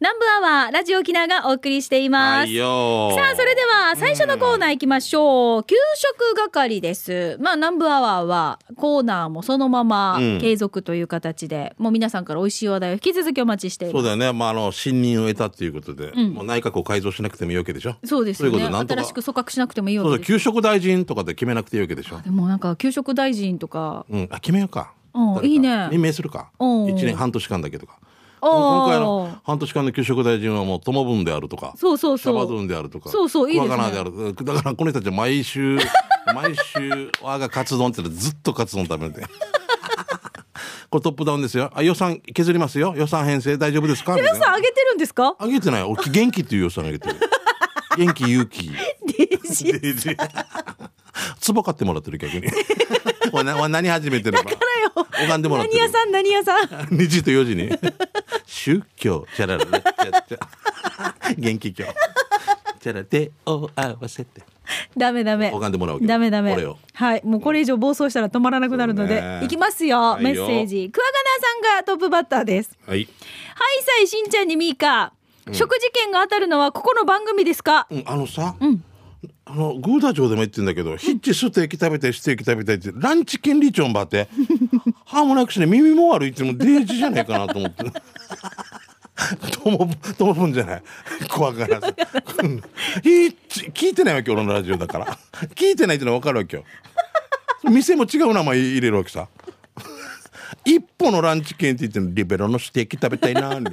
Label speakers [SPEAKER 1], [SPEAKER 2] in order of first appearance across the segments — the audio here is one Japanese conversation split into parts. [SPEAKER 1] 南部アワーラジオ沖縄がお送りしています。
[SPEAKER 2] はいよー
[SPEAKER 1] さあ、それでは最初のコーナー行きましょう。給食係です。まあ、南部アワーはコーナーもそのまま
[SPEAKER 2] うん
[SPEAKER 1] 継続という形で、もう皆さんから美味しい話題を引き続きお待ちしてい
[SPEAKER 2] そ
[SPEAKER 1] ま
[SPEAKER 2] う
[SPEAKER 1] す。
[SPEAKER 2] だよね。まあ、あの、信任を得たっていうことで、
[SPEAKER 1] ん
[SPEAKER 2] もう内閣を改造しなくてもいいわけでしょ。
[SPEAKER 1] そうですよ
[SPEAKER 2] そうい
[SPEAKER 1] ね。
[SPEAKER 2] うことなんとか
[SPEAKER 1] 新しく組閣しなくてもいい
[SPEAKER 2] そ
[SPEAKER 1] わ
[SPEAKER 2] うそ
[SPEAKER 1] け
[SPEAKER 2] う、
[SPEAKER 1] です。
[SPEAKER 2] 給食大臣とかで決めなくていいわけでしょ。
[SPEAKER 1] でもなんか、給食大臣とか、
[SPEAKER 2] うん、あ、決めようか。
[SPEAKER 1] うん
[SPEAKER 2] 誰か
[SPEAKER 1] いいね
[SPEAKER 2] 任命するか。
[SPEAKER 1] うん
[SPEAKER 2] 一年半年間だけとか。
[SPEAKER 1] おー
[SPEAKER 2] 今回の半年間の給食大臣はもう友分であるとか。
[SPEAKER 1] そうそう
[SPEAKER 2] シャ
[SPEAKER 1] そ
[SPEAKER 2] バ
[SPEAKER 1] う。
[SPEAKER 2] ドゥンであるとか。
[SPEAKER 1] そうそういいですね
[SPEAKER 2] クワガナである。だから、この人たちは毎週、 毎週、我がカツ丼って言ったらずっとカツ丼食べるんで。 これトップダウンですよ。あ、予算削りますよ。予算編成大丈夫ですかみたいな
[SPEAKER 1] 皆さんあげてるんですか
[SPEAKER 2] あげてない。俺、元気っていう予算あげ てる。元気、勇気。
[SPEAKER 1] ?DJ。
[SPEAKER 2] でで ツボ買ってもらって る、逆に。おなお何始めてるの拝んでもらって
[SPEAKER 1] 何屋
[SPEAKER 2] る。
[SPEAKER 1] さん何屋さん
[SPEAKER 2] 2時と4時に宗教チャラララチャチャ元気教チャラでを合わせて
[SPEAKER 1] ダメダメ。
[SPEAKER 2] 拝んでもらうわけ
[SPEAKER 1] ダメダメ
[SPEAKER 2] これを。
[SPEAKER 1] はい。もうこれ以上暴走したら止まらなくなるので。
[SPEAKER 2] そうね
[SPEAKER 1] いきますよ。
[SPEAKER 2] はい
[SPEAKER 1] メ
[SPEAKER 2] よ
[SPEAKER 1] ッセージ。クワガナーさんがトップバッターです。
[SPEAKER 2] はい、
[SPEAKER 1] はいさいしんちゃんにみーか。食事券が当たるのはここの番組ですか
[SPEAKER 2] うん、あのさ、あのグーダ城でも言ってんだけど、ヒッチステーキ食べたいステーキ食べたいってランチ権利長ばって ハーモなくして耳も悪いってもうデージじゃないかなと思って。 ともともぶんじゃない 怖がらずヒッチ聞いてないわけ俺のラジオだから 聞いてないってのは分かるわけよ 店も違う名前入れるわけさ 一歩のランチ券って言ってんのリベロのステーキ食べたいなって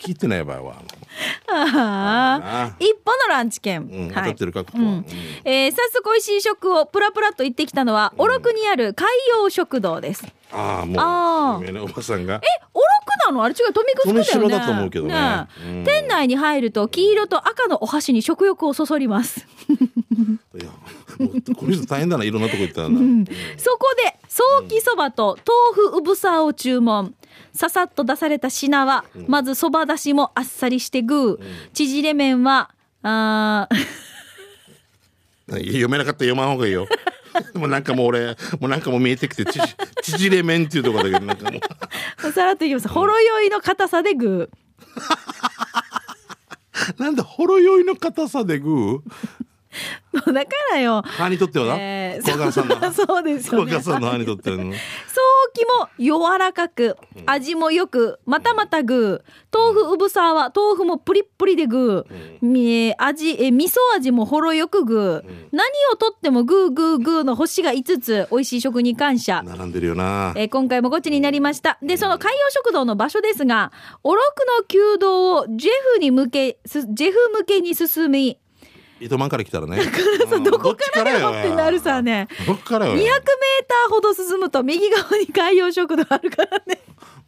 [SPEAKER 2] 聞いてない場合は
[SPEAKER 1] ああ
[SPEAKER 2] あ。
[SPEAKER 1] 一歩のランチ券。
[SPEAKER 2] うん、当
[SPEAKER 1] は
[SPEAKER 2] たっ
[SPEAKER 1] い
[SPEAKER 2] て。るかここは、うん
[SPEAKER 1] えー、早速美味しい食をプラプラっと言ってきたのは、おろくにある海洋食堂です。え、
[SPEAKER 2] ああ
[SPEAKER 1] あ
[SPEAKER 2] も
[SPEAKER 1] ー
[SPEAKER 2] う有名なおばさんが
[SPEAKER 1] おろくなのあれ違う、富城だよ
[SPEAKER 2] 富
[SPEAKER 1] ね。
[SPEAKER 2] 城だと思うけどねうん
[SPEAKER 1] 店内に入ると、黄色と赤のお箸に食欲をそそります。
[SPEAKER 2] いやもうこの人大変だないろんなとこ行ったらな、
[SPEAKER 1] そこで、ソーキそばと豆腐うぶさを注文。ささっと出された品は、まずそばだしもあっさりしてグー。縮れ麺は、あー
[SPEAKER 2] 読めなかったら読まん方がいいよ もうなんかもう俺もうなんかもう見えてきてちじ縮れ麺っていうところだけどなんかも う
[SPEAKER 1] さらっといきます。ほろ酔いの硬さでグー。
[SPEAKER 2] なんでほろ酔いの硬さでグー
[SPEAKER 1] もうだからよ。
[SPEAKER 2] 歯にとってはな、
[SPEAKER 1] えー
[SPEAKER 2] 小川さんの
[SPEAKER 1] そうですよ
[SPEAKER 2] 小
[SPEAKER 1] ね。
[SPEAKER 2] 川さんの歯にとってはな
[SPEAKER 1] 早期も柔らかく味もよくまたまたグー豆腐うぶさは豆腐もプリップリでグー、えー味えー味噌味もほろよくグー、何をとってもグーグーグーの星が5つ美味しい食に感謝
[SPEAKER 2] 並んでるよな
[SPEAKER 1] えー今回もゴチになりましたでその海洋食堂の場所ですがおろくの旧道をジェフに向けすジェフ向けに進み
[SPEAKER 2] 糸満から来たらねうん
[SPEAKER 1] どこから
[SPEAKER 2] ど
[SPEAKER 1] よ
[SPEAKER 2] っち
[SPEAKER 1] ってなるさね
[SPEAKER 2] どっからよ
[SPEAKER 1] 200メーターほど進むと右側に海洋食堂あるからね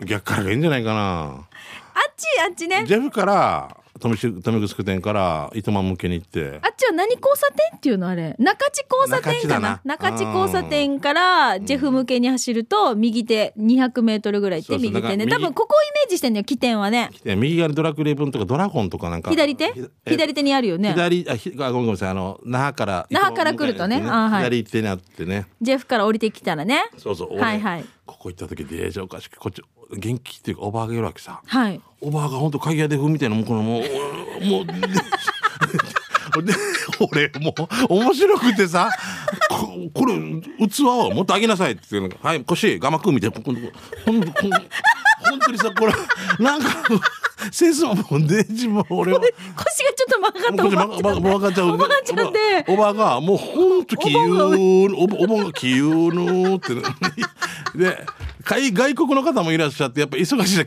[SPEAKER 2] 逆からがいいんじゃないかな
[SPEAKER 1] あっちあっちね
[SPEAKER 2] ジェフから富士富城店から糸満向けに行って
[SPEAKER 1] あっちは何交差点っていうのあれ中地交差点かな中
[SPEAKER 2] 中
[SPEAKER 1] 地
[SPEAKER 2] 地だな
[SPEAKER 1] 交差点からジェフ向けに走ると右手200メートルぐらい行って
[SPEAKER 2] そうそう
[SPEAKER 1] 右手ね多
[SPEAKER 2] だから右
[SPEAKER 1] 分ここをイメージしてんのよ起点はね
[SPEAKER 2] で右側にドラクレイブンとかドラゴンとかなんか
[SPEAKER 1] 左手
[SPEAKER 2] ひえ
[SPEAKER 1] 左手にあるよね
[SPEAKER 2] 左あひあごめんごめんなさいあの那覇から
[SPEAKER 1] 那覇から来るとね
[SPEAKER 2] 糸
[SPEAKER 1] あ
[SPEAKER 2] 満
[SPEAKER 1] はい
[SPEAKER 2] 向けに行ってね左手にあってね
[SPEAKER 1] ジェフから降りてきたらね
[SPEAKER 2] そうそう俺
[SPEAKER 1] はいはい
[SPEAKER 2] ここ行った時デージおかしくこっち元気っていうかおばあがいるわけさ
[SPEAKER 1] はい
[SPEAKER 2] おばあがほんと鍵屋で踏むみたいなもうこのもうもうで俺もう面白くてさここれ器を持ってあげなさいって言うのはい腰我慢くんみたいなここほんとほん本当にさこれなんかセンスももうデージもう俺は。
[SPEAKER 1] 腰がちょっと曲が
[SPEAKER 2] もうこっち
[SPEAKER 1] った
[SPEAKER 2] ま
[SPEAKER 1] おばあちゃん
[SPEAKER 2] ばばばあちゃん
[SPEAKER 1] おばあちゃんで
[SPEAKER 2] おばあがもうほんと気ゆおばおばが気ゆのって ねで海外国の方もいらっしゃってやっぱ忙しいじゃん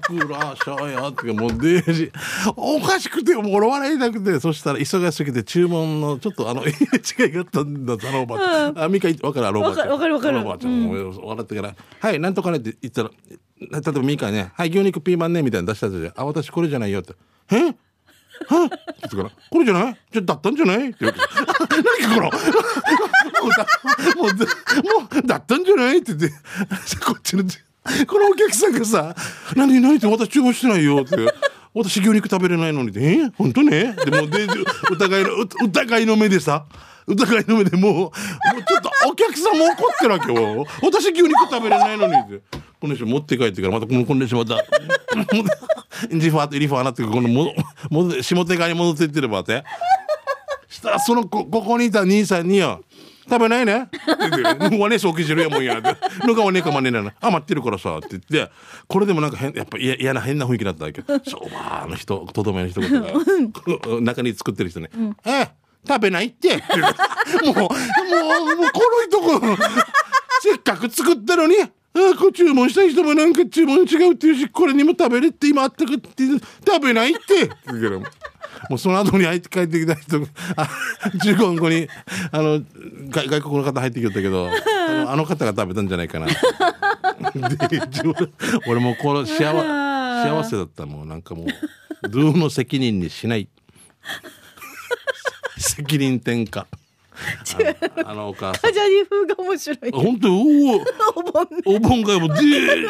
[SPEAKER 2] 気ゆくらっしゃいやってもうデージおかしくてもう俺笑いなくてそしたら忙しすぎて注文のちょっとあの 違いがあったんだあのおばあちゃん、あみかいわかるあのおばあちゃん
[SPEAKER 1] わかるわかるわかる
[SPEAKER 2] あのおばあちゃん、もう笑ってから「はいなんとかね」って言ったらな例えばみかんね「はい牛肉ピーマンね」みたいなの出したとするじゃんあ私これじゃないよ」って「えはって言ってから、これじゃないじゃ、だったんじゃないって言われて、何 かこの、もうだ、もうだ、もう、だったんじゃないって言って、こっちの、このお客さんがさ、何、何って私注文してないよって、私牛肉食べれないのにって、え本当ねでもうで、疑いの、う疑いの目でさ、疑いの目でもう、もうちょっとお客さんも怒ってるわけよ。私牛肉食べれないのにって。この人持って帰ってから、またこの、この人また、ジファーとリファーなってこのもも下手側に戻っていってればってしたらそのこここにいた兄さんによ食べないねって言って「わねそうきじるやもんや」って「のがわねかまねえな余ってるからさ」って言ってこれでもなんか変やっぱ嫌嫌な変な雰囲気だったわけどそうばーの人とどめの人が中に作ってる人ね「ええ食べないって」って言うもうもうもうこの人こせっかく作ったのにああこう注文した人もなんか注文違うっていうしこれにも食べれって今あったかっていう食べないってって言うけどもうその後に入って帰ってきた人あ15分後にあの外外国の方入ってきよったけどあのあの方が食べたんじゃないかなで自分俺もうこの幸せ幸せだったもうなんかもうどうも責任にしない責任転嫁あのあのお母さん
[SPEAKER 1] カジャニ風が面白い。
[SPEAKER 2] 本当におお
[SPEAKER 1] お盆ね。
[SPEAKER 2] お盆がもうでー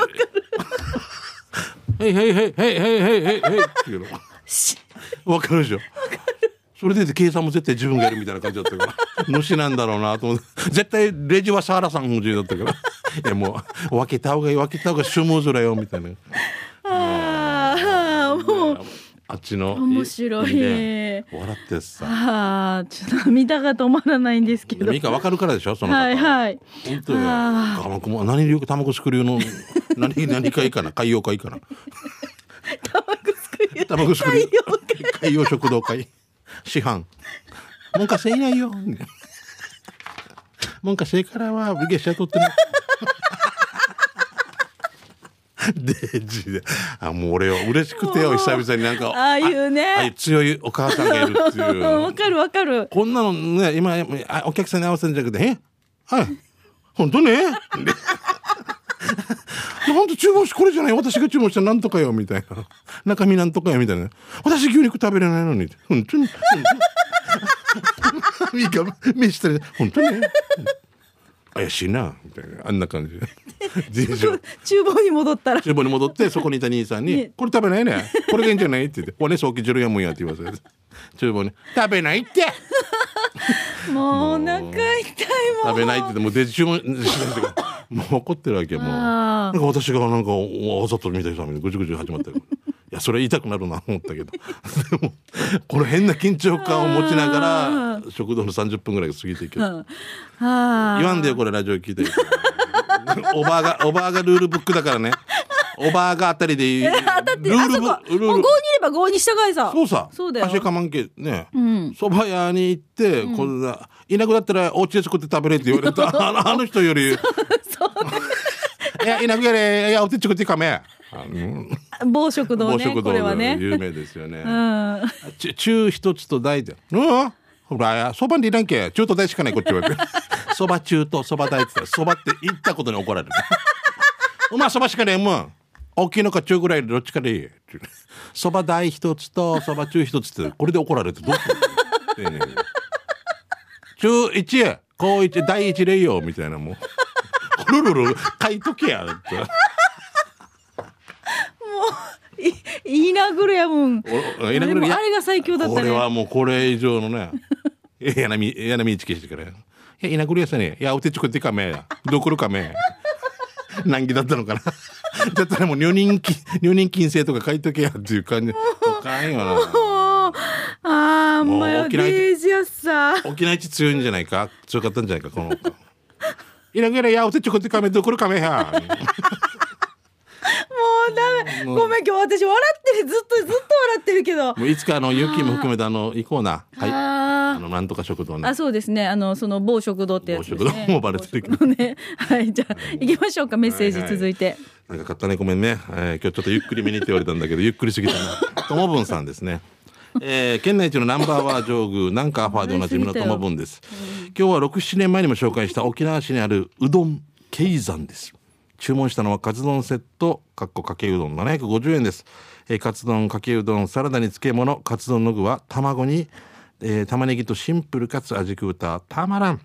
[SPEAKER 2] へいへいへいへいへいへいへいへいっていうの
[SPEAKER 1] し
[SPEAKER 2] わかるでしょそれでいて計算も絶対自分がやるみたいな感じだっ たからのしなんだろうなと思って絶対レジはサーラさん本人だ ったからいやもう分けた方がいい分けた方がスムーズだよみたいな
[SPEAKER 1] ああ、もう。
[SPEAKER 2] あっちの
[SPEAKER 1] 面白い
[SPEAKER 2] ね笑ってさ
[SPEAKER 1] ああ、ちょっと涙が止まらないんですけ
[SPEAKER 2] で
[SPEAKER 1] ど
[SPEAKER 2] もい。いか分かるからでしょその方
[SPEAKER 1] はいはい。
[SPEAKER 2] 本当よ。
[SPEAKER 1] あー
[SPEAKER 2] 鎌倉も何流か卵作る よの何何かいいかな海洋かいいかな。卵作る。
[SPEAKER 1] 海洋
[SPEAKER 2] 海洋食堂会市販。文化せいないよ。文化せいからはゲシャ取って ない。デイジーで、あもう俺よ嬉しくてよ
[SPEAKER 1] もう
[SPEAKER 2] 久々になんか
[SPEAKER 1] ああいうね
[SPEAKER 2] ああいう強いお母さんがいるって
[SPEAKER 1] うん
[SPEAKER 2] いう
[SPEAKER 1] わ。かるわかる。
[SPEAKER 2] こんなのね、今、あお客さんに合わせるんじゃなくて、えはい。本当ねで本当注文し、これじゃない。私が注文したなんとかよ、みたいな。中身なんとかよ、みたいな。私牛肉食べれないのに。本当に。ミカ、飯したり、本当ね。怪しいな、みたいな。あんな感じで。人生
[SPEAKER 1] 厨房に戻ったら。
[SPEAKER 2] 厨房に戻ってそこにいた兄さんに「
[SPEAKER 1] ね
[SPEAKER 2] これ食べないねこれがいいんじゃない?」って言って「俺ね早期ジュルやもんや」って言わせて厨房に「食べないって!」
[SPEAKER 1] もうお腹痛いもん。
[SPEAKER 2] 食べないって言ってもうデジ注文しない とかもう怒ってるわけよもうな
[SPEAKER 1] あ
[SPEAKER 2] ん
[SPEAKER 1] ー
[SPEAKER 2] か私がなんかおわざとみたいなみたいなぐちゅぐちゅ始まったよいやそれ言いたくなるな思ったけど でもこの変な緊張感を持ちながら食堂の30分ぐらいが過ぎていく
[SPEAKER 1] うんああ。
[SPEAKER 2] 言 わんでよこれラジオ聞いてるおばあがおばあがルールブックだからねおばあがあたりでいいル
[SPEAKER 1] あ
[SPEAKER 2] ー
[SPEAKER 1] そこ
[SPEAKER 2] ルブ
[SPEAKER 1] もう5
[SPEAKER 2] ルー
[SPEAKER 1] にい
[SPEAKER 2] ル
[SPEAKER 1] れば5に従いさ
[SPEAKER 2] そうさ
[SPEAKER 1] そうだよ
[SPEAKER 2] 足かまんけね
[SPEAKER 1] ん
[SPEAKER 2] そば、屋に行って、こんないなくなったらお家で作って食べれって言われたあのあの人より いやいなくやれいやお手作ってかめあの
[SPEAKER 1] 暴食堂
[SPEAKER 2] 某
[SPEAKER 1] ね
[SPEAKER 2] 食
[SPEAKER 1] こ
[SPEAKER 2] 堂
[SPEAKER 1] れは
[SPEAKER 2] の
[SPEAKER 1] ね
[SPEAKER 2] 有名ですよ ね、
[SPEAKER 1] うん
[SPEAKER 2] ち中一つと大でうんほらそばにいらんけ中と大しかないこっちは そば中とそば大って言ったらそばって言ったことに怒られ るうまいそばしかねえもん大きいのか中ぐらいでどっちかでいいそば大一つとそば中一つってこれで怒られてどうするのねえねえ中一高一第一でいいよみたいな もうこるるる書いとけやって
[SPEAKER 1] いいなぐるやもん
[SPEAKER 2] おいな
[SPEAKER 1] あれ
[SPEAKER 2] くなる
[SPEAKER 1] もあれが最強だったね
[SPEAKER 2] 俺はもうこれ以上の ね嫌なみ嫌な道消してからいやいなくりやさねいやお手ちこってかめやどころかめ難儀だったのかなだったらもう女人き女人禁制とか書いとけやっていう感じおかんよな
[SPEAKER 1] もうあー
[SPEAKER 2] もう
[SPEAKER 1] まあ
[SPEAKER 2] 沖縄行って
[SPEAKER 1] デージやっさ
[SPEAKER 2] 沖縄一強いんじゃないか強かったんじゃないかこの子いなくりやお手ちこってかめどころかめや
[SPEAKER 1] もうダメごめん今日私笑ってるずっとずっと笑ってるけど
[SPEAKER 2] もういつかあのユキも含めてあの行こうなはいあ
[SPEAKER 1] あー
[SPEAKER 2] のなんとか食堂ね
[SPEAKER 1] あそうですねあのその某食堂ってやつです
[SPEAKER 2] 某食
[SPEAKER 1] ね
[SPEAKER 2] 堂もうバレてるけど
[SPEAKER 1] 某食堂ね はいじゃあ行きましょうかメッセージ続いて
[SPEAKER 2] なんか買ったねごめんね、えー今日ちょっとゆっくり見にって言われたんだけどゆっくりすぎたなともぶんさんですねえー、県内一のナンバーワー上宮なんかアファーでおなじみのともぶんです今日は67年前にも紹介した沖縄市にあるうどん慶山です注文したのはカツ丼セットかっこかけうどん750円です、えー、カツ丼かけうどんサラダに漬物カツ丼の具は卵に、えー玉ねぎとシンプルかつ味食うたたまらん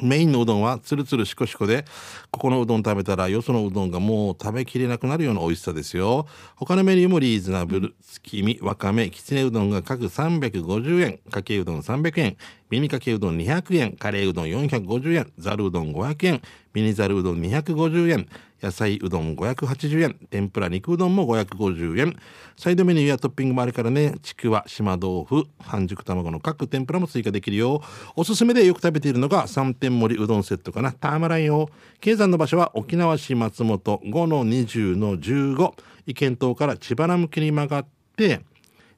[SPEAKER 2] メインのうどんはつるつるしこしこで、ここのうどん食べたらよそのうどんがもう食べきれなくなるような美味しさですよ。他のメニューもリーズナブル、月見、わかめ、きつねうどんが各350円、かけうどん300円、耳かけうどん200円、カレーうどん450円、ざるうどん500円、ミニざるうどん250円、野菜うどん580円天ぷら肉うどんも550円サイドメニューやトッピングもあるからねちくわ島豆腐半熟卵の各天ぷらも追加できるよおすすめでよく食べているのが三点盛りうどんセットかなたまらんよ経山の場所は沖縄市松本5の20の15意見島から千原向きに曲がって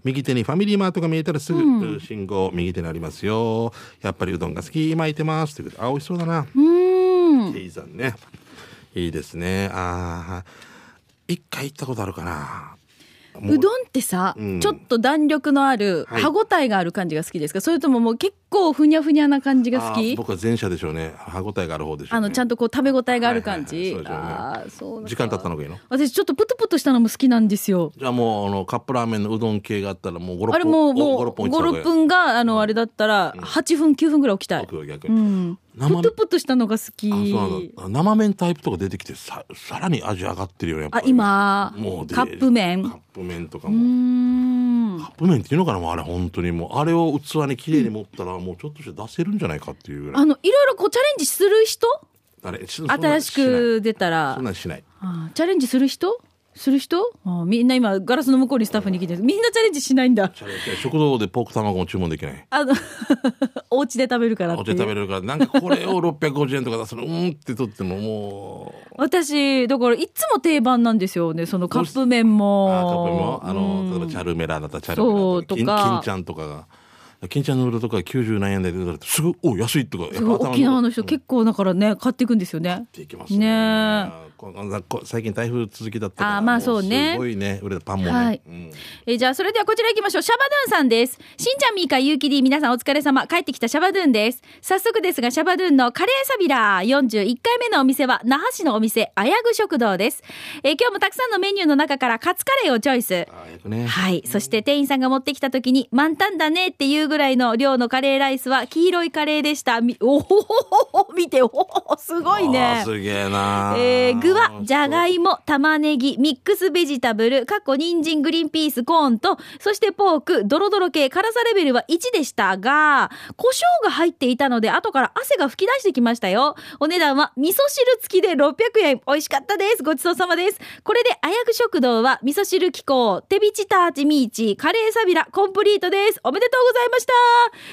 [SPEAKER 2] 右手にファミリーマートが見えたらすぐ、信号右手にありますよやっぱりうどんが好き巻いてますということであ美味しそうだな
[SPEAKER 1] うん
[SPEAKER 2] ケイさんねいいですねあー一回行ったことあるかなも
[SPEAKER 1] うどんってさ、
[SPEAKER 2] うん
[SPEAKER 1] ちょっと弾力のある
[SPEAKER 2] はい
[SPEAKER 1] 歯ごたえがある感じが好きですか、それとももう結構ふにゃふにゃな感じが好
[SPEAKER 2] あー
[SPEAKER 1] き
[SPEAKER 2] 僕は前者でしょうね歯応えがある方でしょ
[SPEAKER 1] あ
[SPEAKER 2] う、ね、
[SPEAKER 1] のちゃんとこう食べ応えがある感じ、
[SPEAKER 2] はいはいはい
[SPEAKER 1] あーそうなんだ
[SPEAKER 2] 時間経ったのがいいの
[SPEAKER 1] 私ちょっとプトプトしたのも好きなんですよ
[SPEAKER 2] じゃあもうあのカップラーメンのうどん系があったらもう56
[SPEAKER 1] あれもう
[SPEAKER 2] 分
[SPEAKER 1] も
[SPEAKER 2] お
[SPEAKER 1] う
[SPEAKER 2] 56分いってた方がい
[SPEAKER 1] 56
[SPEAKER 2] い
[SPEAKER 1] 分があのあれだったら8分9分ぐらい起きたい、
[SPEAKER 2] 僕は逆
[SPEAKER 1] う
[SPEAKER 2] に、
[SPEAKER 1] ん、プ
[SPEAKER 2] 生
[SPEAKER 1] トプトしたのが好き
[SPEAKER 2] あそうなんだ生麺タイプとか出てきてささらに味上がってるよねやっぱ
[SPEAKER 1] あ
[SPEAKER 2] りね
[SPEAKER 1] 今
[SPEAKER 2] もうで
[SPEAKER 1] カップ麺
[SPEAKER 2] カップ麺とか
[SPEAKER 1] うー
[SPEAKER 2] も
[SPEAKER 1] ん
[SPEAKER 2] カップ麺っていうのかなもうあれ本当にもうあれを器に綺麗に持ったらもうちょっとして出せるんじゃないかっていうぐらい
[SPEAKER 1] あのいろいろこうチャレンジする人
[SPEAKER 2] あれそんな
[SPEAKER 1] 新しく出たら
[SPEAKER 2] そんなんしない
[SPEAKER 1] あーチャレンジする人する人あーみんな今ガラスの向こうにスタッフに来てるみんなチャレンジしないんだ
[SPEAKER 2] そんなんしない食堂でポーク卵も注文できない
[SPEAKER 1] あの お家で食べるから
[SPEAKER 2] お
[SPEAKER 1] って
[SPEAKER 2] 茶
[SPEAKER 1] い
[SPEAKER 2] 食べ
[SPEAKER 1] う
[SPEAKER 2] れるからなんかこれを650円とか出すのうーんって取ってももう
[SPEAKER 1] 私だからいつも定番なんですよねそのカップ麺
[SPEAKER 2] あカップ
[SPEAKER 1] も
[SPEAKER 2] もあの、例えばチャルメラだったらチャル
[SPEAKER 1] そう
[SPEAKER 2] メラ
[SPEAKER 1] とか
[SPEAKER 2] 金金ちゃんとかが金ちゃんの裏とか90何円台で売られてすぐお安いとかやっぱ
[SPEAKER 1] すごい沖縄の人
[SPEAKER 2] 頭
[SPEAKER 1] 結構だからね買っていくんですよね
[SPEAKER 2] っていきますね
[SPEAKER 1] ね
[SPEAKER 2] このこ最近台風続きだったから
[SPEAKER 1] あーまあ
[SPEAKER 2] も
[SPEAKER 1] そうね
[SPEAKER 2] すごいね売れたパンもね、
[SPEAKER 1] はい
[SPEAKER 2] うん
[SPEAKER 1] えーじゃあそれではこちら行きましょうシャバドゥンさんですしんちゃんみーかゆうきり皆さんお疲れ様帰ってきたシャバドゥンです早速ですがシャバドゥンのカレーサビラー41回目のお店は那覇市のお店あやぐ食堂です、えー今日もたくさんのメニューの中からカツカレーをチョイス
[SPEAKER 2] あーよくね
[SPEAKER 1] はい。そして店員さんが持ってきた時に満タンだねっていうぐらいの量のカレーライスは黄色いカレーでした。みおほほほほ見て、おほほほすごい
[SPEAKER 2] あー
[SPEAKER 1] ね。
[SPEAKER 2] すげえな
[SPEAKER 1] えー具はじゃがいも玉ねぎミックスベジタブルかっこ人参グリーンピースコーンとそしてポークドロドロ系辛さレベルは1でしたが胡椒が入っていたので後から汗が噴き出してきましたよお値段は味噌汁付きで600円美味しかったですごちそうさまですこれであやぐ食堂は味噌汁機構手びちターチミーチカレーサビラコンプリートですおめでとうございまし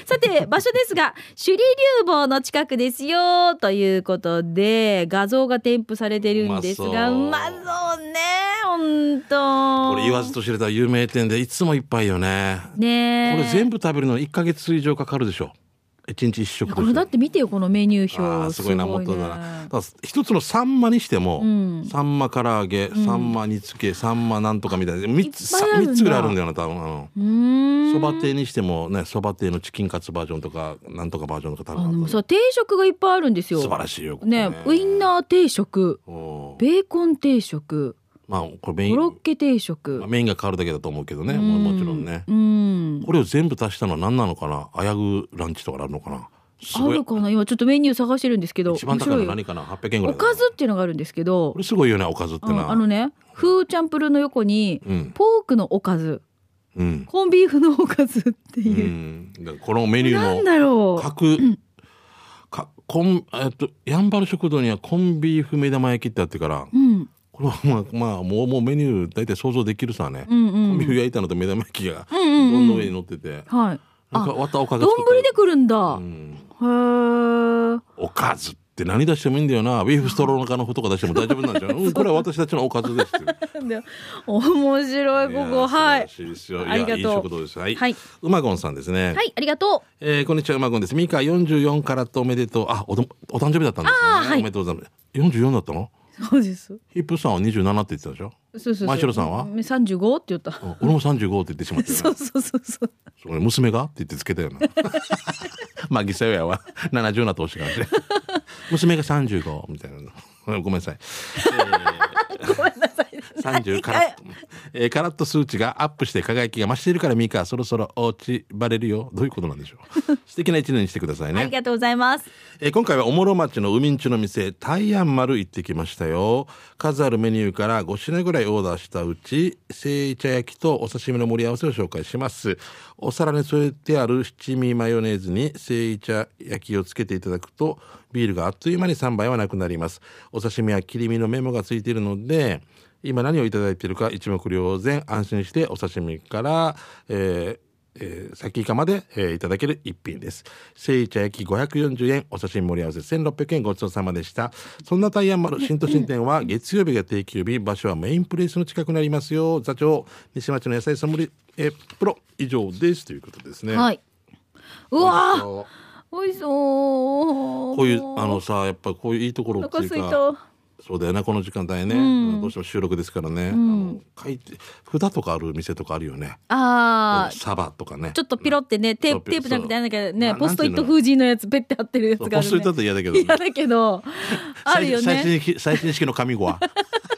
[SPEAKER 1] たさて場所ですが首里流房の近くですよということで画像が添付されてるんですが
[SPEAKER 2] う
[SPEAKER 1] う
[SPEAKER 2] ま
[SPEAKER 1] ま
[SPEAKER 2] そう
[SPEAKER 1] そうね本当
[SPEAKER 2] これ言わずと知れた有名店でいつもいっぱいよね、
[SPEAKER 1] ねえ
[SPEAKER 2] これ全部食べるの1か月以上かかるでしょ一日一食
[SPEAKER 1] これだって見てよこのメニュー
[SPEAKER 2] あ
[SPEAKER 1] 表
[SPEAKER 2] ーすごいな
[SPEAKER 1] ね
[SPEAKER 2] 元だなだから一つのサンマにしても、
[SPEAKER 1] うん
[SPEAKER 2] サンマ唐揚げサンマ煮付け、サンマなんとかみたいな三つ
[SPEAKER 1] いっぱいあるんだ
[SPEAKER 2] 三つぐらいあるんだよな多分あの
[SPEAKER 1] うーん
[SPEAKER 2] そば亭にしてもねそば亭のチキンカツバージョンとかなんとかバージョンとか多
[SPEAKER 1] あ
[SPEAKER 2] 分
[SPEAKER 1] の
[SPEAKER 2] あった
[SPEAKER 1] さ定食がいっぱいあるんですよ
[SPEAKER 2] 素晴らしいよここ
[SPEAKER 1] ねウインナー定食
[SPEAKER 2] おー
[SPEAKER 1] ベーコン定食
[SPEAKER 2] まあこれメイ
[SPEAKER 1] コロッ
[SPEAKER 2] ン
[SPEAKER 1] ケ定食
[SPEAKER 2] まあメインが変わるだけだと思うけどね
[SPEAKER 1] う
[SPEAKER 2] もうもちろんね
[SPEAKER 1] うん
[SPEAKER 2] これを全部足したのは何なのかなあやぐランチとかあるのかなす
[SPEAKER 1] あ
[SPEAKER 2] ご
[SPEAKER 1] る
[SPEAKER 2] い
[SPEAKER 1] かな今ちょっとメニュー探してるんですけど
[SPEAKER 2] 一番高いの
[SPEAKER 1] 面白いよ
[SPEAKER 2] 何かな800円ぐら
[SPEAKER 1] お
[SPEAKER 2] いだな
[SPEAKER 1] かずっていうのがあるんですけど
[SPEAKER 2] これすごいよねおかずって
[SPEAKER 1] うん
[SPEAKER 2] な
[SPEAKER 1] あのねフーチャンプルーの横に
[SPEAKER 2] うん
[SPEAKER 1] ポークのおかず
[SPEAKER 2] うん
[SPEAKER 1] コンビーフのおかずって
[SPEAKER 2] う
[SPEAKER 1] いう、
[SPEAKER 2] んだからこのメニュー
[SPEAKER 1] なん
[SPEAKER 2] の
[SPEAKER 1] だろう
[SPEAKER 2] 各、かこんえっとやんばる食堂にはコンビーフ目玉焼きってあってから
[SPEAKER 1] うん
[SPEAKER 2] これはまあ、まあ、もうもうメニュー大体想像できるさね、
[SPEAKER 1] うんう
[SPEAKER 2] コンビーフ
[SPEAKER 1] ん
[SPEAKER 2] 焼いたのと目玉焼きが
[SPEAKER 1] う
[SPEAKER 2] ど
[SPEAKER 1] んうんうん
[SPEAKER 2] んの上に乗ってて、
[SPEAKER 1] はい
[SPEAKER 2] なんかわたおかず
[SPEAKER 1] 丼で来るんだ、
[SPEAKER 2] うん
[SPEAKER 1] へえ
[SPEAKER 2] おかずって何出してもいいんだよなビーフストローのカの方とか出しても大丈夫なんじ ゃない、うん、これは私たちのおかずですってい う
[SPEAKER 1] で面白いここはい
[SPEAKER 2] や
[SPEAKER 1] い
[SPEAKER 2] 素晴らしいですよい
[SPEAKER 1] ありがと
[SPEAKER 2] や
[SPEAKER 1] う
[SPEAKER 2] いい食堂ですはい、
[SPEAKER 1] はいう
[SPEAKER 2] まごんさんですね、
[SPEAKER 1] はいありがと
[SPEAKER 2] えー、こんにちは、うまくんです。ミカ44カラットおめでとう。あ、おどお誕生日だったんですよ
[SPEAKER 1] あー
[SPEAKER 2] ね。
[SPEAKER 1] はい
[SPEAKER 2] おめでとうございます。44だったの
[SPEAKER 1] うそうです
[SPEAKER 2] ヒップさんは27って言ってたでしょ
[SPEAKER 1] そうそうそう
[SPEAKER 2] 前城さんは
[SPEAKER 1] 三十五って言った
[SPEAKER 2] うん俺も35って言ってしまったよ
[SPEAKER 1] そ
[SPEAKER 2] な
[SPEAKER 1] うそうそうそう
[SPEAKER 2] それ娘がって言ってつけた よな。まあ、ギサヨヤは70なってほしいかもしれない。娘が35みたいな。ごめんなさい。
[SPEAKER 1] ごめんなさい
[SPEAKER 2] 30カラット、えーカラット数値がアップして輝きが増しているからミカそろそろ落ちばれるよどういうことなんでしょ う素敵な一年にしてください
[SPEAKER 1] あ
[SPEAKER 2] ね
[SPEAKER 1] りがとうございます。
[SPEAKER 2] えー今回はおもろ町の海んちの店タイアン丸行ってきましたよ数あるメニューから5品ぐらいオーダーしたうち製茶焼きとお刺身の盛り合わせを紹介しますお皿に添えてある七味マヨネーズに製茶焼きをつけていただくとビールがあっという間に3杯はなくなりますお刺身は切り身のメモがついているので今何をいただいているか一目瞭然安心してお刺身から、えーえー、先以下まで、えーいただける一品です。聖茶焼き540円、お刺身盛り合わせ1600円ごちそうさまでした。そんなタイヤ丸新都心店は月曜日が定休日、場所はメインプレイスの近くになりますよ。座長、西町の野菜ソムリエプロ以上ですということですね。
[SPEAKER 1] はい。うわー
[SPEAKER 2] こ
[SPEAKER 1] 美味しそう。
[SPEAKER 2] ういうあのさやっぱこういういいところ
[SPEAKER 1] お
[SPEAKER 2] っ
[SPEAKER 1] 腹
[SPEAKER 2] てい
[SPEAKER 1] す
[SPEAKER 2] う
[SPEAKER 1] い
[SPEAKER 2] か
[SPEAKER 1] た。
[SPEAKER 2] そうだよねこの時間帯ね、
[SPEAKER 1] うん
[SPEAKER 2] どうしても収録ですからね、あの書いて札とかある店とかあるよね
[SPEAKER 1] ああ、
[SPEAKER 2] サバとかね
[SPEAKER 1] ちょっとピロってね、テー
[SPEAKER 2] そう
[SPEAKER 1] プ、テープじゃなくて、
[SPEAKER 2] そ
[SPEAKER 1] な
[SPEAKER 2] うん
[SPEAKER 1] かね、
[SPEAKER 2] な
[SPEAKER 1] ポストイット
[SPEAKER 2] なんていうの
[SPEAKER 1] 封じのやつ、ペッて貼ってるやつ
[SPEAKER 2] そう
[SPEAKER 1] があ
[SPEAKER 2] ポスト
[SPEAKER 1] る、
[SPEAKER 2] イットだ
[SPEAKER 1] ね。
[SPEAKER 2] と嫌だけどね
[SPEAKER 1] 嫌だけど、あるよ
[SPEAKER 2] 最
[SPEAKER 1] ね。
[SPEAKER 2] 最新式最新式の紙ゴア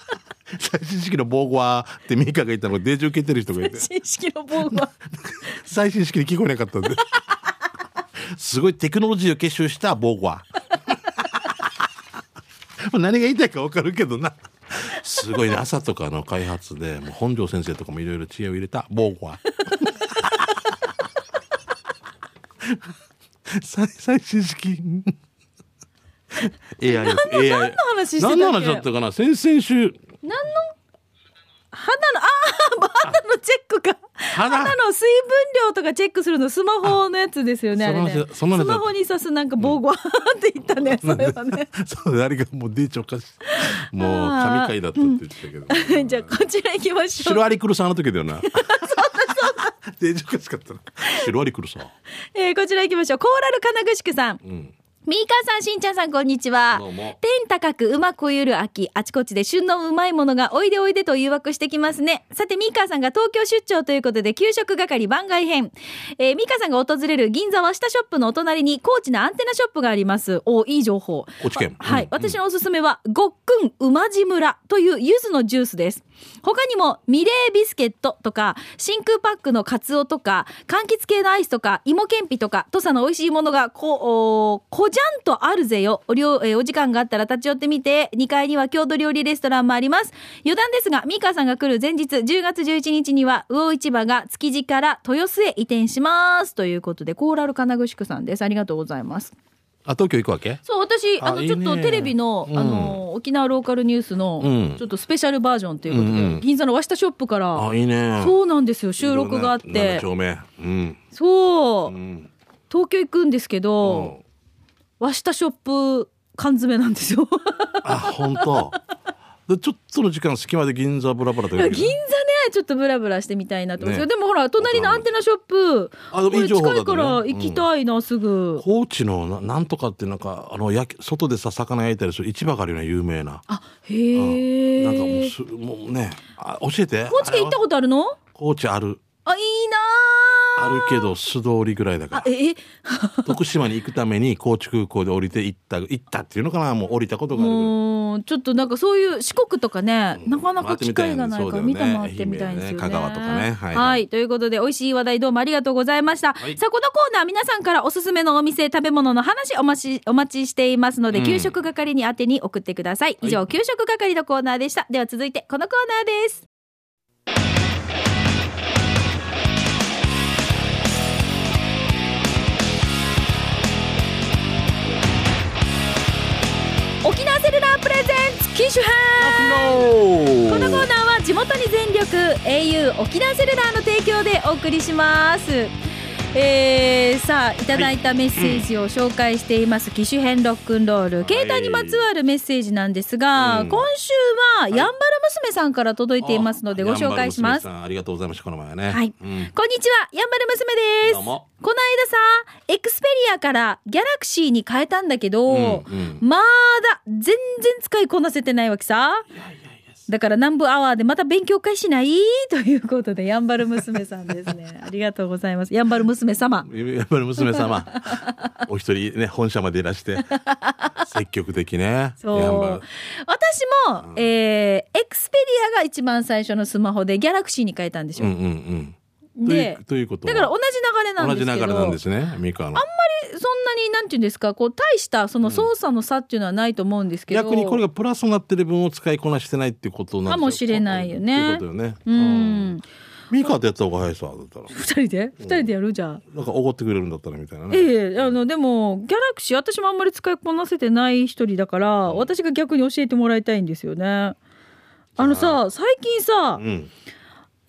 [SPEAKER 2] 最新式の防ゴアってミカが言ったのをデージ受けてる人がいて
[SPEAKER 1] 新式の棒が。
[SPEAKER 2] 最新式に聞こえなかったんですごいテクノロジーを結集した防ゴ ア何が言いたいか分かるけどなすごいね朝とかの開発でもう本庄先生とかもいろいろ知恵を入れた防ゴア 最最新式 AI です AI
[SPEAKER 1] 何の話してたっ
[SPEAKER 2] 何
[SPEAKER 1] け
[SPEAKER 2] の話だったかな先々週
[SPEAKER 1] 肌の、ああ、肌のチェックか。
[SPEAKER 2] 肌
[SPEAKER 1] 肌の水分量とかチェックするの、スマホのやつですよね、あ
[SPEAKER 2] あ
[SPEAKER 1] れね。ス
[SPEAKER 2] その話その話だった
[SPEAKER 1] マホに刺すなんか棒が、あーって言ったね、それはね。
[SPEAKER 2] そうあれがもうデーチおかしいもう神回だったって言ってたけ ど、
[SPEAKER 1] じゃあ、こちら行きましょう
[SPEAKER 2] シ。ロアリクルサーの時だ よなデージおかしかったなシロアリクルサー
[SPEAKER 1] えーこちら行きましょう。コーラル金具宿さん。
[SPEAKER 2] ん
[SPEAKER 1] ミーカーさん、しんちゃんさん、こんにちは。
[SPEAKER 2] どうも
[SPEAKER 1] 天高くうまくゆる秋、あちこちで旬のうまいものがおいでおいでと誘惑してきますね。さて、ミーカーさんが東京出張ということで、給食係番外編。えー、ミーカーさんが訪れる銀座和下ショップのお隣に、高知のアンテナショップがあります。おいい情報。
[SPEAKER 2] 高知県
[SPEAKER 1] あはい、
[SPEAKER 2] うん
[SPEAKER 1] 私のおすすめは、ごっくんうまじ村という柚子のジュースです。他にも、ミレービスケットとか、真空パックのカツオとか、柑橘系のアイスとか、芋けんぴとか、土佐の美味しいものが、こ、おこじゃんとあるぜよ。おりょうえーお時間があったら立ち寄ってみて、2階には郷土料理レストランもあります。余談ですが、ミーカーさんが来る前日、10月11日には、魚市場が築地から豊洲へ移転します。ということで、コーラル金具宿さんです。ありがとうございます。
[SPEAKER 2] あ東京行くわけ
[SPEAKER 1] そう私
[SPEAKER 2] あ
[SPEAKER 1] あの
[SPEAKER 2] いい
[SPEAKER 1] ち
[SPEAKER 2] ね
[SPEAKER 1] ょっとテレビの,、
[SPEAKER 2] うん
[SPEAKER 1] あの沖縄ローカルニュースの、
[SPEAKER 2] うん
[SPEAKER 1] ちょっとスペシャルバージョンということで、
[SPEAKER 2] うんうん
[SPEAKER 1] 銀座の和下ショップから、
[SPEAKER 2] あいいね
[SPEAKER 1] そうなんですよ収録があって、
[SPEAKER 2] いいよね7丁目うん、
[SPEAKER 1] そう
[SPEAKER 2] うん
[SPEAKER 1] 東京行くんですけ
[SPEAKER 2] うん
[SPEAKER 1] ど、和下ショップ缶詰なんです よ
[SPEAKER 2] あ本当でちょっとの時間隙間で銀座ブラブラと
[SPEAKER 1] 銀座ねちょっとブラブラしてみたいなと思うんですけど、でもほら隣のアンテナショップ
[SPEAKER 2] あでもいい情報
[SPEAKER 1] 近
[SPEAKER 2] だね
[SPEAKER 1] いから行きたいな、すぐ
[SPEAKER 2] 高知のななんとかってなんかあの焼き外でさ魚焼いたりする市場があるよね有名な
[SPEAKER 1] あ
[SPEAKER 2] なんか
[SPEAKER 1] へ
[SPEAKER 2] もう
[SPEAKER 1] え
[SPEAKER 2] すもうねあ教えて
[SPEAKER 1] 高知県行ったことあるの
[SPEAKER 2] 高知ある
[SPEAKER 1] あいいな
[SPEAKER 2] あるけど素通りぐらいだ
[SPEAKER 1] あ
[SPEAKER 2] か
[SPEAKER 1] ええ
[SPEAKER 2] ら徳島に行くために高知空港で降りて行った行ったっていうのかなもう降りたことがあるぐらい
[SPEAKER 1] もうちょっとなんかそういう四国とかね、なかなか機会がないから
[SPEAKER 2] 回って
[SPEAKER 1] 見
[SPEAKER 2] みた
[SPEAKER 1] て
[SPEAKER 2] いね
[SPEAKER 1] 回ってみたいんですよね。
[SPEAKER 2] そうだよね愛媛ね香川とかね
[SPEAKER 1] は、
[SPEAKER 2] はいい
[SPEAKER 1] ということで美味しい話題どうもありがとうございました。
[SPEAKER 2] はい
[SPEAKER 1] さあこのコーナー皆さんからおすすめのお店食べ物の話お待ちお待ちしていますので、
[SPEAKER 2] うん
[SPEAKER 1] 給食係に宛てに送ってください。以上、
[SPEAKER 2] はい
[SPEAKER 1] 給食係のコーナーでした。では続いてこのコーナーです。沖縄セルラープレゼンツ機種編このコーナーは地元に全力 au 沖縄セルラーの提供でお送りします。えー、さあいただいたメッセージを紹介しています、機種編ロックンロール、
[SPEAKER 2] い
[SPEAKER 1] 携帯にまつわるメッセージなんですが、
[SPEAKER 2] うん
[SPEAKER 1] 今週はやんばる娘さんから届いていますのでご紹介します
[SPEAKER 2] ありがとうございましたこの前はね
[SPEAKER 1] はい
[SPEAKER 2] うん
[SPEAKER 1] こんにちは、やんばる娘です。
[SPEAKER 2] どうも
[SPEAKER 1] この間さ、エクスペリアからギャラクシーに変えたんだけど、
[SPEAKER 2] うんうん
[SPEAKER 1] まだ全然使いこなせてないわけさ。だから南部アワーでまた勉強会しないということでやんばる娘さんです ねありがとうございますやんばる娘様
[SPEAKER 2] やっぱり娘 様お一人ね本社までいらして積極的ね
[SPEAKER 1] そう
[SPEAKER 2] やんば
[SPEAKER 1] 私
[SPEAKER 2] る
[SPEAKER 1] も、えーエクスペリアが一番最初のスマホでギャラクシーに変えたんでし
[SPEAKER 2] う
[SPEAKER 1] ょ、
[SPEAKER 2] んうんうんとい
[SPEAKER 1] で
[SPEAKER 2] うということ
[SPEAKER 1] だ
[SPEAKER 2] は
[SPEAKER 1] から同じ流れなん
[SPEAKER 2] 同
[SPEAKER 1] です
[SPEAKER 2] じ
[SPEAKER 1] けど
[SPEAKER 2] 流れなんですねミカ
[SPEAKER 1] そん
[SPEAKER 2] の
[SPEAKER 1] なになんていうんですかこう大したその操作の差っていうのはないと思うんですけど、
[SPEAKER 2] 逆にこれがプラスになってる分を使いこなしてないっていうことなんですよ
[SPEAKER 1] かもしれないよね
[SPEAKER 2] っていうことよね
[SPEAKER 1] う
[SPEAKER 2] うん
[SPEAKER 1] ん
[SPEAKER 2] ミカとやった方が早いさだったら
[SPEAKER 1] 二人で二人でやるじゃあ
[SPEAKER 2] なんかおごってくれるんだったらみたいなね
[SPEAKER 1] ええあのでもギャラクシー私もあんまり使いこなせてない一人だから私が逆に教えてもらいたいんですよね。あのさ最近さ、
[SPEAKER 2] うん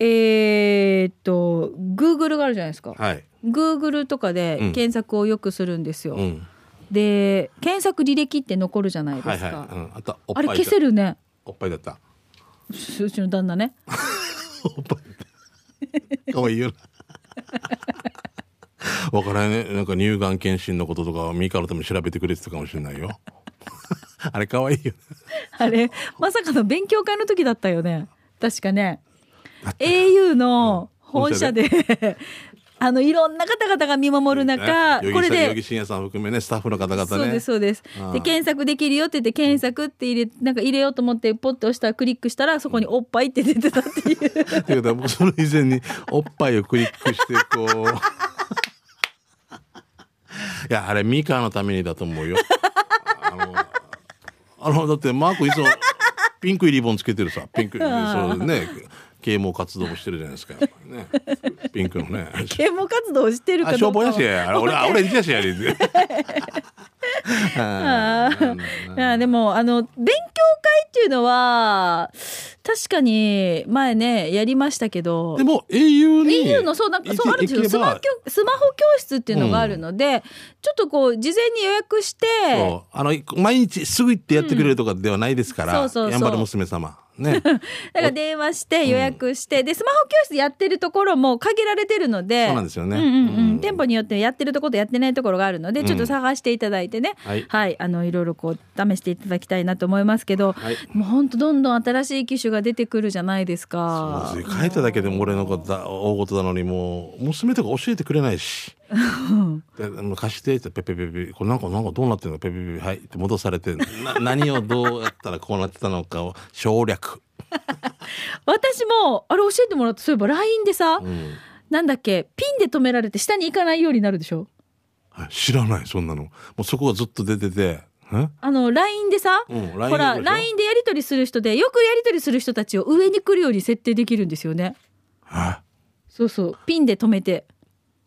[SPEAKER 1] えーっと Google があるじゃないですか。
[SPEAKER 2] はい、
[SPEAKER 1] Google とかで
[SPEAKER 2] うん
[SPEAKER 1] 検索をよくするんですよ。
[SPEAKER 2] うん、
[SPEAKER 1] で検索履歴って残るじゃないですか。
[SPEAKER 2] はいはい、うん、あとお
[SPEAKER 1] あ
[SPEAKER 2] っぱい
[SPEAKER 1] れ
[SPEAKER 2] だ
[SPEAKER 1] 消せるね。
[SPEAKER 2] おっぱいだった
[SPEAKER 1] うちの旦那ね。
[SPEAKER 2] おっぱい。かわいいよな。わからんね。なんか乳がん検診のこととか、ミカのために調べてくれてたかもしれないよ。あれ可愛いよ。
[SPEAKER 1] あれまさかの勉強会の時だったよね確かね au の本社で あのいろんな方々が見守る中
[SPEAKER 2] ね
[SPEAKER 1] これ
[SPEAKER 2] ヨギ
[SPEAKER 1] で。
[SPEAKER 2] 深夜さん含めね、スタッフの方々ね。
[SPEAKER 1] そうですそうです
[SPEAKER 2] ああ
[SPEAKER 1] で検索できるよって言って検索って入れなんか入れようと思ってポッと押したらクリックしたらそこに「おっぱい」って出てたっていう
[SPEAKER 2] っていうことは、僕その以前におっぱいをクリックして、こう。いや、あれミカのためにだと思うよ。あの、あのだってマークいつもピンクいリボンつけてるさ、ピンク、そうね、啓蒙活動もしてるじゃないですか。ね、ピンクのね。
[SPEAKER 1] 啓蒙活動をしてるか
[SPEAKER 2] あ、
[SPEAKER 1] ど
[SPEAKER 2] 消
[SPEAKER 1] うかは
[SPEAKER 2] 防やし、あれ俺、あ俺んちやしやり。
[SPEAKER 1] ああいやでもあの勉強会っていうのは確かに前ねやりましたけど
[SPEAKER 2] でも、英雄に。
[SPEAKER 1] EU のそうなんかそうあるんですよ
[SPEAKER 2] 行け
[SPEAKER 1] ス
[SPEAKER 2] ば
[SPEAKER 1] マホ教スマホ教室っていうのがあるので、ちょっとこう事前に予約して
[SPEAKER 2] そうあの毎日すぐ行ってやってくれるとかではないですから、
[SPEAKER 1] うんそうそうそう
[SPEAKER 2] やんばる娘様
[SPEAKER 1] だ
[SPEAKER 2] ね
[SPEAKER 1] から電話して予約して、でスマホ教室やってるところも限られてるので
[SPEAKER 2] そうなんですよね
[SPEAKER 1] うんうんうん
[SPEAKER 2] うん
[SPEAKER 1] 店舗によってやってるところとやってないところがあるのでちょっと探していただいてね、
[SPEAKER 2] はい
[SPEAKER 1] あのいろいろこう試していただきたいなと思いますけど、
[SPEAKER 2] はい
[SPEAKER 1] もうほんとどんどん新しい機種が出てくるじゃないですか。
[SPEAKER 2] 書いただけでも俺のことだ大事なのにもう娘とか教えてくれない しであの貸してってペペペペこれなんかなんかどうなってんのペペペペはいって戻されてな 何をどうやったらこうなってたのかを省略、
[SPEAKER 1] 私もあれ教えてもらったそういえば LINE でさ、
[SPEAKER 2] うん、
[SPEAKER 1] なんだっけピンで止められて下に行かないようになるでしょ
[SPEAKER 2] はい知らないそんなのもうそこがずっと出ててえ
[SPEAKER 1] あの LINE でさ、
[SPEAKER 2] うん
[SPEAKER 1] ほ
[SPEAKER 2] LINE
[SPEAKER 1] ら
[SPEAKER 2] のことでしょ
[SPEAKER 1] LINE でやり取りする人でよくやり取りする人たちを上に来るように設定できるんですよね
[SPEAKER 2] え
[SPEAKER 1] そうそうピンで止めて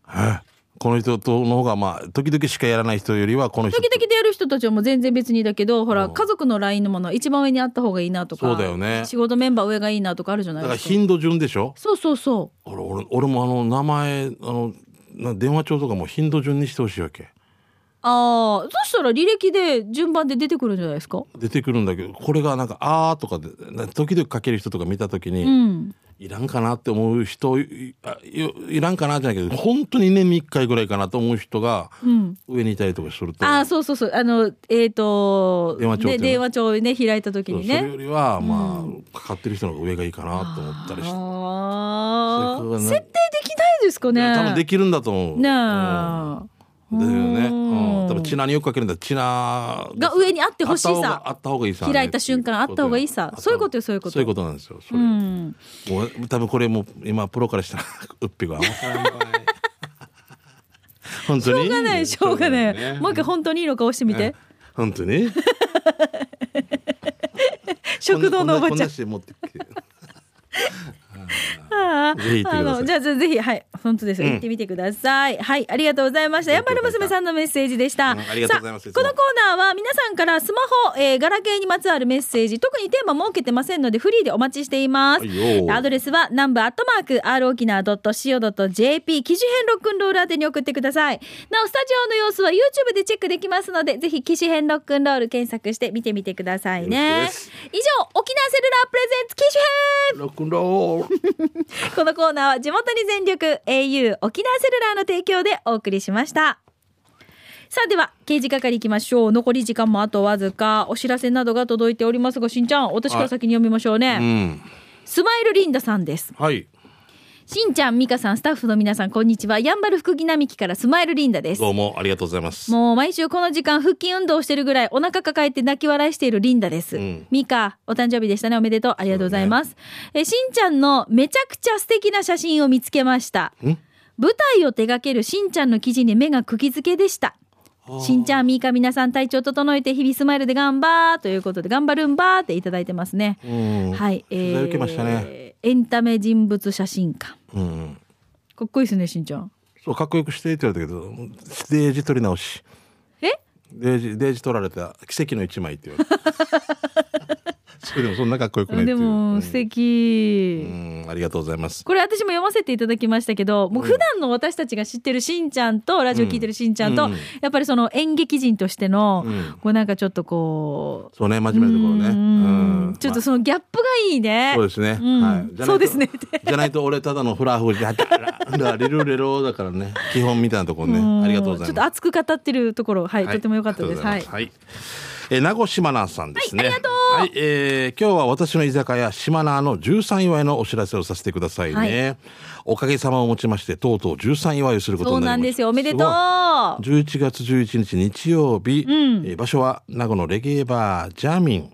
[SPEAKER 2] えこの人との方がまあ時々しかやらない人よりはこの人
[SPEAKER 1] 時々でやる人たちはもう全然別にだけどほら
[SPEAKER 2] うん
[SPEAKER 1] 家族の LINE のものは一番上にあった方がいいなとか
[SPEAKER 2] そうだよね
[SPEAKER 1] 仕事メンバー上がいいなとかあるじゃな
[SPEAKER 2] だ
[SPEAKER 1] い
[SPEAKER 2] か
[SPEAKER 1] で
[SPEAKER 2] ら
[SPEAKER 1] すか
[SPEAKER 2] 頻度順でしょ
[SPEAKER 1] そうそうそ
[SPEAKER 2] 俺俺俺もあの名前あのな電話帳とかも頻度順にしてほしいわけ
[SPEAKER 1] うああそしたら履歴で順番で出てくるんじゃないですか
[SPEAKER 2] 出てくるんだけどこれがなんか「あー」とかでな時々かける人とか見た時に、
[SPEAKER 1] うん
[SPEAKER 2] いらんかなって思う人いあいいらんかなじゃないけど本当に年に1回ぐらいかなと思う人が
[SPEAKER 1] うん
[SPEAKER 2] 上にいたりとかすると、
[SPEAKER 1] ああそうそうそうあのえっ、と
[SPEAKER 2] 電話帳っていう
[SPEAKER 1] ね
[SPEAKER 2] の
[SPEAKER 1] 電話帳をね開いた時
[SPEAKER 2] そう
[SPEAKER 1] に
[SPEAKER 2] それ
[SPEAKER 1] ね
[SPEAKER 2] よりはまあ、かかってる人の方が上がいいかなと思ったり
[SPEAKER 1] あ
[SPEAKER 2] して、それ
[SPEAKER 1] ー
[SPEAKER 2] からな
[SPEAKER 1] 設定できないですかね。
[SPEAKER 2] 多分できるんだと思う。
[SPEAKER 1] ねえ
[SPEAKER 2] うんだよね、うん、多分チ
[SPEAKER 1] な
[SPEAKER 2] ナによくかけるんだチナ
[SPEAKER 1] が上にあってほしい
[SPEAKER 2] あった方が
[SPEAKER 1] さ。
[SPEAKER 2] あった方がいいさ
[SPEAKER 1] 開いた瞬間あった方がいいさ
[SPEAKER 2] あった
[SPEAKER 1] そういうことよそういうこと
[SPEAKER 2] そういうことなんですよそれ
[SPEAKER 1] うん。
[SPEAKER 2] もう多分これもう今プロからしたらうっぴが本当
[SPEAKER 1] し
[SPEAKER 2] に
[SPEAKER 1] ょうがないしょうがな
[SPEAKER 2] しょうが
[SPEAKER 1] い。もう一回本当にいいの顔してみて。
[SPEAKER 2] 本当に
[SPEAKER 1] 食堂のおばちゃ。
[SPEAKER 2] こんなんこんなこんなして持ってきて
[SPEAKER 1] あ
[SPEAKER 2] ぜひ行ってください
[SPEAKER 1] のじゃあぜひはい本当ですよ、
[SPEAKER 2] うん
[SPEAKER 1] 行ってみてくださいはいありがとうございましたやっぱり娘さんのメッセージでした、
[SPEAKER 2] うんありがとうございま
[SPEAKER 1] さ
[SPEAKER 2] す
[SPEAKER 1] あこのコーナーは皆さんからスマホ、えーガラケーにまつわるメッセージ特にテーマ設けてませんのでフリーでお待ちしています
[SPEAKER 2] はいよ
[SPEAKER 1] アドレスは南部アットマーク r 沖縄 .co.jp 記事編ロックンロール宛てに送ってくださいなおスタジオの様子は YouTube でチェックできますのでぜひ記事編ロックンロール検索して見てみてください
[SPEAKER 2] よろ
[SPEAKER 1] ね
[SPEAKER 2] しくです
[SPEAKER 1] 以上沖縄セルラープレゼンツ機種編
[SPEAKER 2] ロックンロール
[SPEAKER 1] このコーナーは地元に全力 au 沖縄セルラーの提供でお送りしました。さあでは刑事係いきましょう残り時間もあとわずかお知らせなどが届いておりますがしんちゃん私から先に読みましょうね、
[SPEAKER 2] うん。
[SPEAKER 1] スマイルリンダさんです
[SPEAKER 2] はい。
[SPEAKER 1] しんちゃんみかさんスタッフの皆さんこんにちはやんばる福木並木からスマイルリンダです
[SPEAKER 2] どうもありがとうございます。
[SPEAKER 1] もう毎週この時間腹筋運動してるぐらいお腹抱えて泣き笑いしているリンダです。
[SPEAKER 2] うん
[SPEAKER 1] ミカ、お誕生日でしたね。おめでとう。ありがとうございます。え、しんちゃんのめちゃくちゃ素敵な写真を見つけました。舞台を手掛けるしんちゃんの記事に目が釘付けでした。しんちゃん、ミカ、皆さん体調整えて日々スマイルで頑張ーということで頑張るんばーっていただいてますね。
[SPEAKER 2] うん。
[SPEAKER 1] はい。え
[SPEAKER 2] 取材受けましたね
[SPEAKER 1] エンタメ人物写真館。
[SPEAKER 2] うん。
[SPEAKER 1] かっこいいですね、しんちゃん。
[SPEAKER 2] そう、かっこよくしてって言われたけど、もうデージ取り直し。
[SPEAKER 1] え
[SPEAKER 2] デージ、デージ取られた奇跡の一枚って言われた。 それでもそんなかっこよくないってい
[SPEAKER 1] で
[SPEAKER 2] う。
[SPEAKER 1] も素敵。
[SPEAKER 2] うん、ありがとうございます。
[SPEAKER 1] これ私も読ませていただきましたけど、もう普段の私たちが知ってるしんちゃんと、ラジオ聞いてるしんちゃんと、
[SPEAKER 2] うん
[SPEAKER 1] やっぱりその演劇人としての、
[SPEAKER 2] うん
[SPEAKER 1] こうなんかちょっとこう、
[SPEAKER 2] そうね、真面目なところね。
[SPEAKER 1] うんちょっと
[SPEAKER 2] ま
[SPEAKER 1] そのギャップがいいね
[SPEAKER 2] あ。そうです
[SPEAKER 1] ん
[SPEAKER 2] ね。はいじゃないと。
[SPEAKER 1] そうですねって
[SPEAKER 2] じゃないと俺ただのフラフラだから、だからリルレロだからね、基本みたいなところ
[SPEAKER 1] ん
[SPEAKER 2] ね。ありがとうござい
[SPEAKER 1] ちょっと
[SPEAKER 2] ます。
[SPEAKER 1] 熱く語ってるところ、はい、
[SPEAKER 2] はい
[SPEAKER 1] とても良かったです。
[SPEAKER 2] あ
[SPEAKER 1] は
[SPEAKER 2] り
[SPEAKER 1] い
[SPEAKER 2] がとうございます。はい。えー、名護島奈さんですね。
[SPEAKER 1] はいありがとう
[SPEAKER 2] はい、えー今日は私の居酒屋、島奈の13祝いのお知らせをさせてくださいね。
[SPEAKER 1] はい
[SPEAKER 2] おかげさまをもちまして、とうとう13祝いをすること
[SPEAKER 1] そう
[SPEAKER 2] に
[SPEAKER 1] な
[SPEAKER 2] なり
[SPEAKER 1] ん
[SPEAKER 2] ま
[SPEAKER 1] で
[SPEAKER 2] した。
[SPEAKER 1] すよ。おめでとう。
[SPEAKER 2] ごい
[SPEAKER 1] は
[SPEAKER 2] 11月11日日曜日、えー場所は名護のレゲエバージャーミン、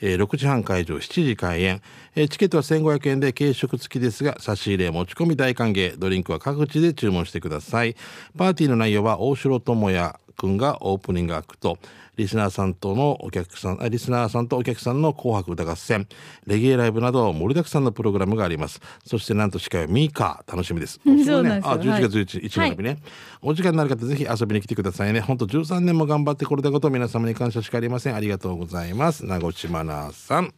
[SPEAKER 2] えー6時半会場7時開演、えーチケットは1500円で軽食付きですが差し入れ持ち込み大歓迎ドリンクは各地で注文してくださいパーティーの内容は大城智也くんがオープニングアクトリスナーさんとのお客さんあリスナーさんとお客さんの紅白歌合戦レゲエライブなど盛りだくさんのプログラムがありますそしてなんと司会はミーカー楽し みです
[SPEAKER 1] うんそうなんですよ
[SPEAKER 2] あ11月11日、
[SPEAKER 1] はい
[SPEAKER 2] 一番日ね、お時間になる方ぜひ遊びに来てくださいねほんと13年も頑張ってこれたこと皆様に感謝しかありませんありがとうございます名越真奈さん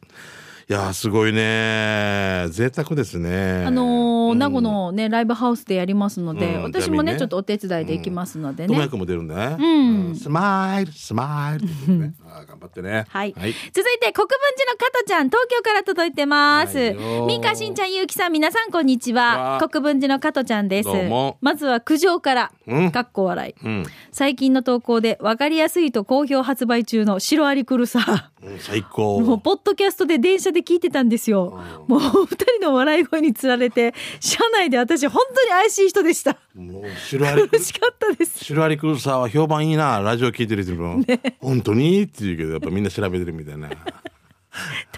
[SPEAKER 2] いやーすごいね贅沢ですね
[SPEAKER 1] あのー名護のね、ライブハウスでやりますので、
[SPEAKER 2] うん
[SPEAKER 1] 私もね
[SPEAKER 2] じゃあみんなね
[SPEAKER 1] ちょっとお手伝いで行きますので
[SPEAKER 2] 智
[SPEAKER 1] ね。
[SPEAKER 2] 也君も出るんだね、
[SPEAKER 1] ん
[SPEAKER 2] スマイルスマイルって言ってね あー頑張ってね
[SPEAKER 1] はい、
[SPEAKER 2] はい
[SPEAKER 1] 続いて国分寺の加藤ちゃん東京から届いてます、
[SPEAKER 2] は
[SPEAKER 1] ミ
[SPEAKER 2] いよ
[SPEAKER 1] みかしんちゃんゆうきさん皆さんこんにちは
[SPEAKER 2] わあ
[SPEAKER 1] 国分寺の加藤ちゃんです
[SPEAKER 2] どうも
[SPEAKER 1] まずは苦情から、
[SPEAKER 2] うん
[SPEAKER 1] かっこ笑い、
[SPEAKER 2] うん
[SPEAKER 1] 最近の投稿で分かりやすいと好評発売中のシロアリクルさ
[SPEAKER 2] うん最高
[SPEAKER 1] もうポッドキャストで電車で聞いてたんですよもうお二人の笑い声につられて車内で私本当に怪しい人でした
[SPEAKER 2] もうシロアリ
[SPEAKER 1] 苦しかったです
[SPEAKER 2] シロアリクルーサーは評判いいなラジオ聞いてる人も、本当にって言うけどやっぱみんな調べてるみたいな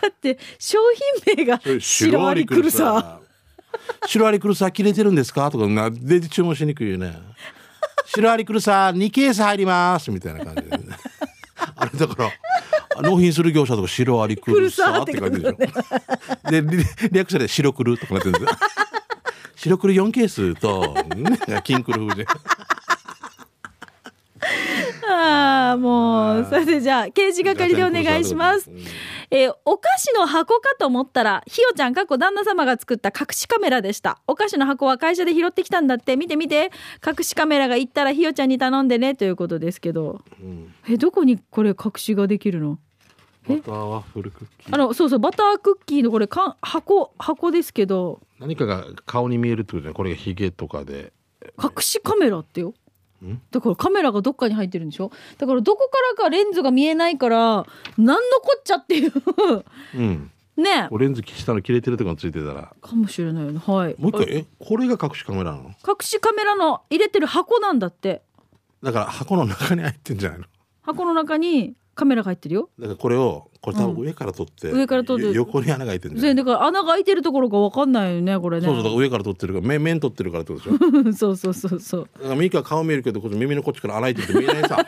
[SPEAKER 1] だって商品名がシロアリクルさ
[SPEAKER 2] シロアリクルサー切れてるんですかとかなで注文しにくいよねシロアリクルサー2ケース入りますみたいな感じで、ね、 あれだから納品する業者とかシロアリクルサーって書いてるでしょ、でリ略されて白クルとかなってるんですよ 白クル4ケースとね金クル風で
[SPEAKER 1] ああ、もう、それでじゃあ、刑事係でお願いします。えーお菓子の箱かと思ったら、ひよちゃん、かっこ旦那様が作った隠しカメラでした。お菓子の箱は会社で拾ってきたんだって、見て見て、隠しカメラが行ったらひよちゃんに頼んでね、ということですけど。え、どこにこれ隠しができるの
[SPEAKER 2] バターワッフルクッキー
[SPEAKER 1] あの、そうそう、バタークッキーのこれ、かん箱、箱ですけど、
[SPEAKER 2] 何かが顔に見えるってことねこれがヒゲとかで
[SPEAKER 1] 隠しカメラってよだからカメラがどっかに入ってるんでしょだからどこからかレンズが見えないからなんのこっちゃっていう
[SPEAKER 2] うん
[SPEAKER 1] ね
[SPEAKER 2] オレンジ下の切れてるとかもついてたら
[SPEAKER 1] かもしれないよねはい
[SPEAKER 2] もう一
[SPEAKER 1] あ
[SPEAKER 2] 回えこれが隠しカメラなの
[SPEAKER 1] 隠しカメラの入れてる箱なんだって
[SPEAKER 2] だから箱の中に入ってんじゃないの
[SPEAKER 1] 箱の中にカメラが入ってるよ
[SPEAKER 2] だからこれをこれ多分上から取って、
[SPEAKER 1] 上から取って
[SPEAKER 2] よ横に穴が開いてるん
[SPEAKER 1] そ
[SPEAKER 2] じゃ
[SPEAKER 1] れ
[SPEAKER 2] ない
[SPEAKER 1] だから穴が開いてるところがわかんないよねこれね
[SPEAKER 2] そうそうだから上から取ってるから面面取ってるからってことでしょだ
[SPEAKER 1] そうそうそうそう
[SPEAKER 2] からミカは顔見えるけどこっち耳のこっちから穴開いてるって見えない さ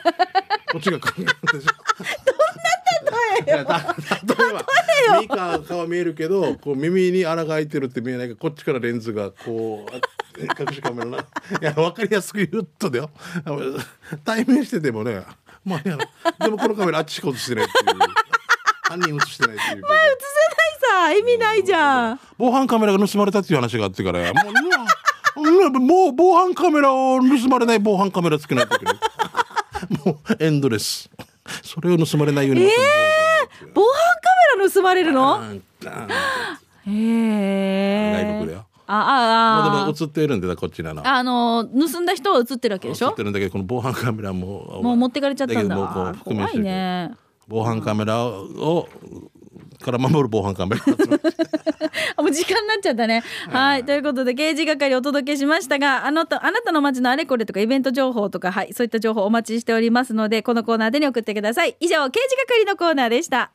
[SPEAKER 2] こっちが顔見えるでしょどんな例えよ例えばミカは顔見えるけどこう耳に穴が開いてるって見えないからこっちからレンズがこうあ隠しカ メラないや分かりやすく言うとだよあの対面しててもねまあいやでもこのカメラあっちしか映してない っていう犯人映してないっていう
[SPEAKER 1] さあ意味ないじゃん
[SPEAKER 2] 防犯カメラが盗まれたっていう話があってからもううんうんもう防犯カメラを盗まれない防犯カメラつけないといけないもうエンドレスそれを盗まれないように
[SPEAKER 1] ええー、防犯カメラ盗まれるの
[SPEAKER 2] うんうん
[SPEAKER 1] へ
[SPEAKER 2] 外国
[SPEAKER 1] え
[SPEAKER 2] だよまあで
[SPEAKER 1] ああ
[SPEAKER 2] も映っているんでなこっちなの
[SPEAKER 1] ああの盗んだ人は映ってるわけでし
[SPEAKER 2] 映っ
[SPEAKER 1] ょ
[SPEAKER 2] てるんだけどこの防犯カメラも
[SPEAKER 1] もう持ってかれちゃったんだ
[SPEAKER 2] けどもうこう覆面
[SPEAKER 1] 怖
[SPEAKER 2] して
[SPEAKER 1] いね
[SPEAKER 2] 防犯カメラをから守る防犯カメ ラ
[SPEAKER 1] あもう時間になっちゃったね。はい。ということで、刑事係お届けしましたが、あのと、あなたの街のあれこれとかイベント情報とか、はい、そういった情報お待ちしておりますので、このコーナーでに送ってください。以上、刑事係のコーナーでした。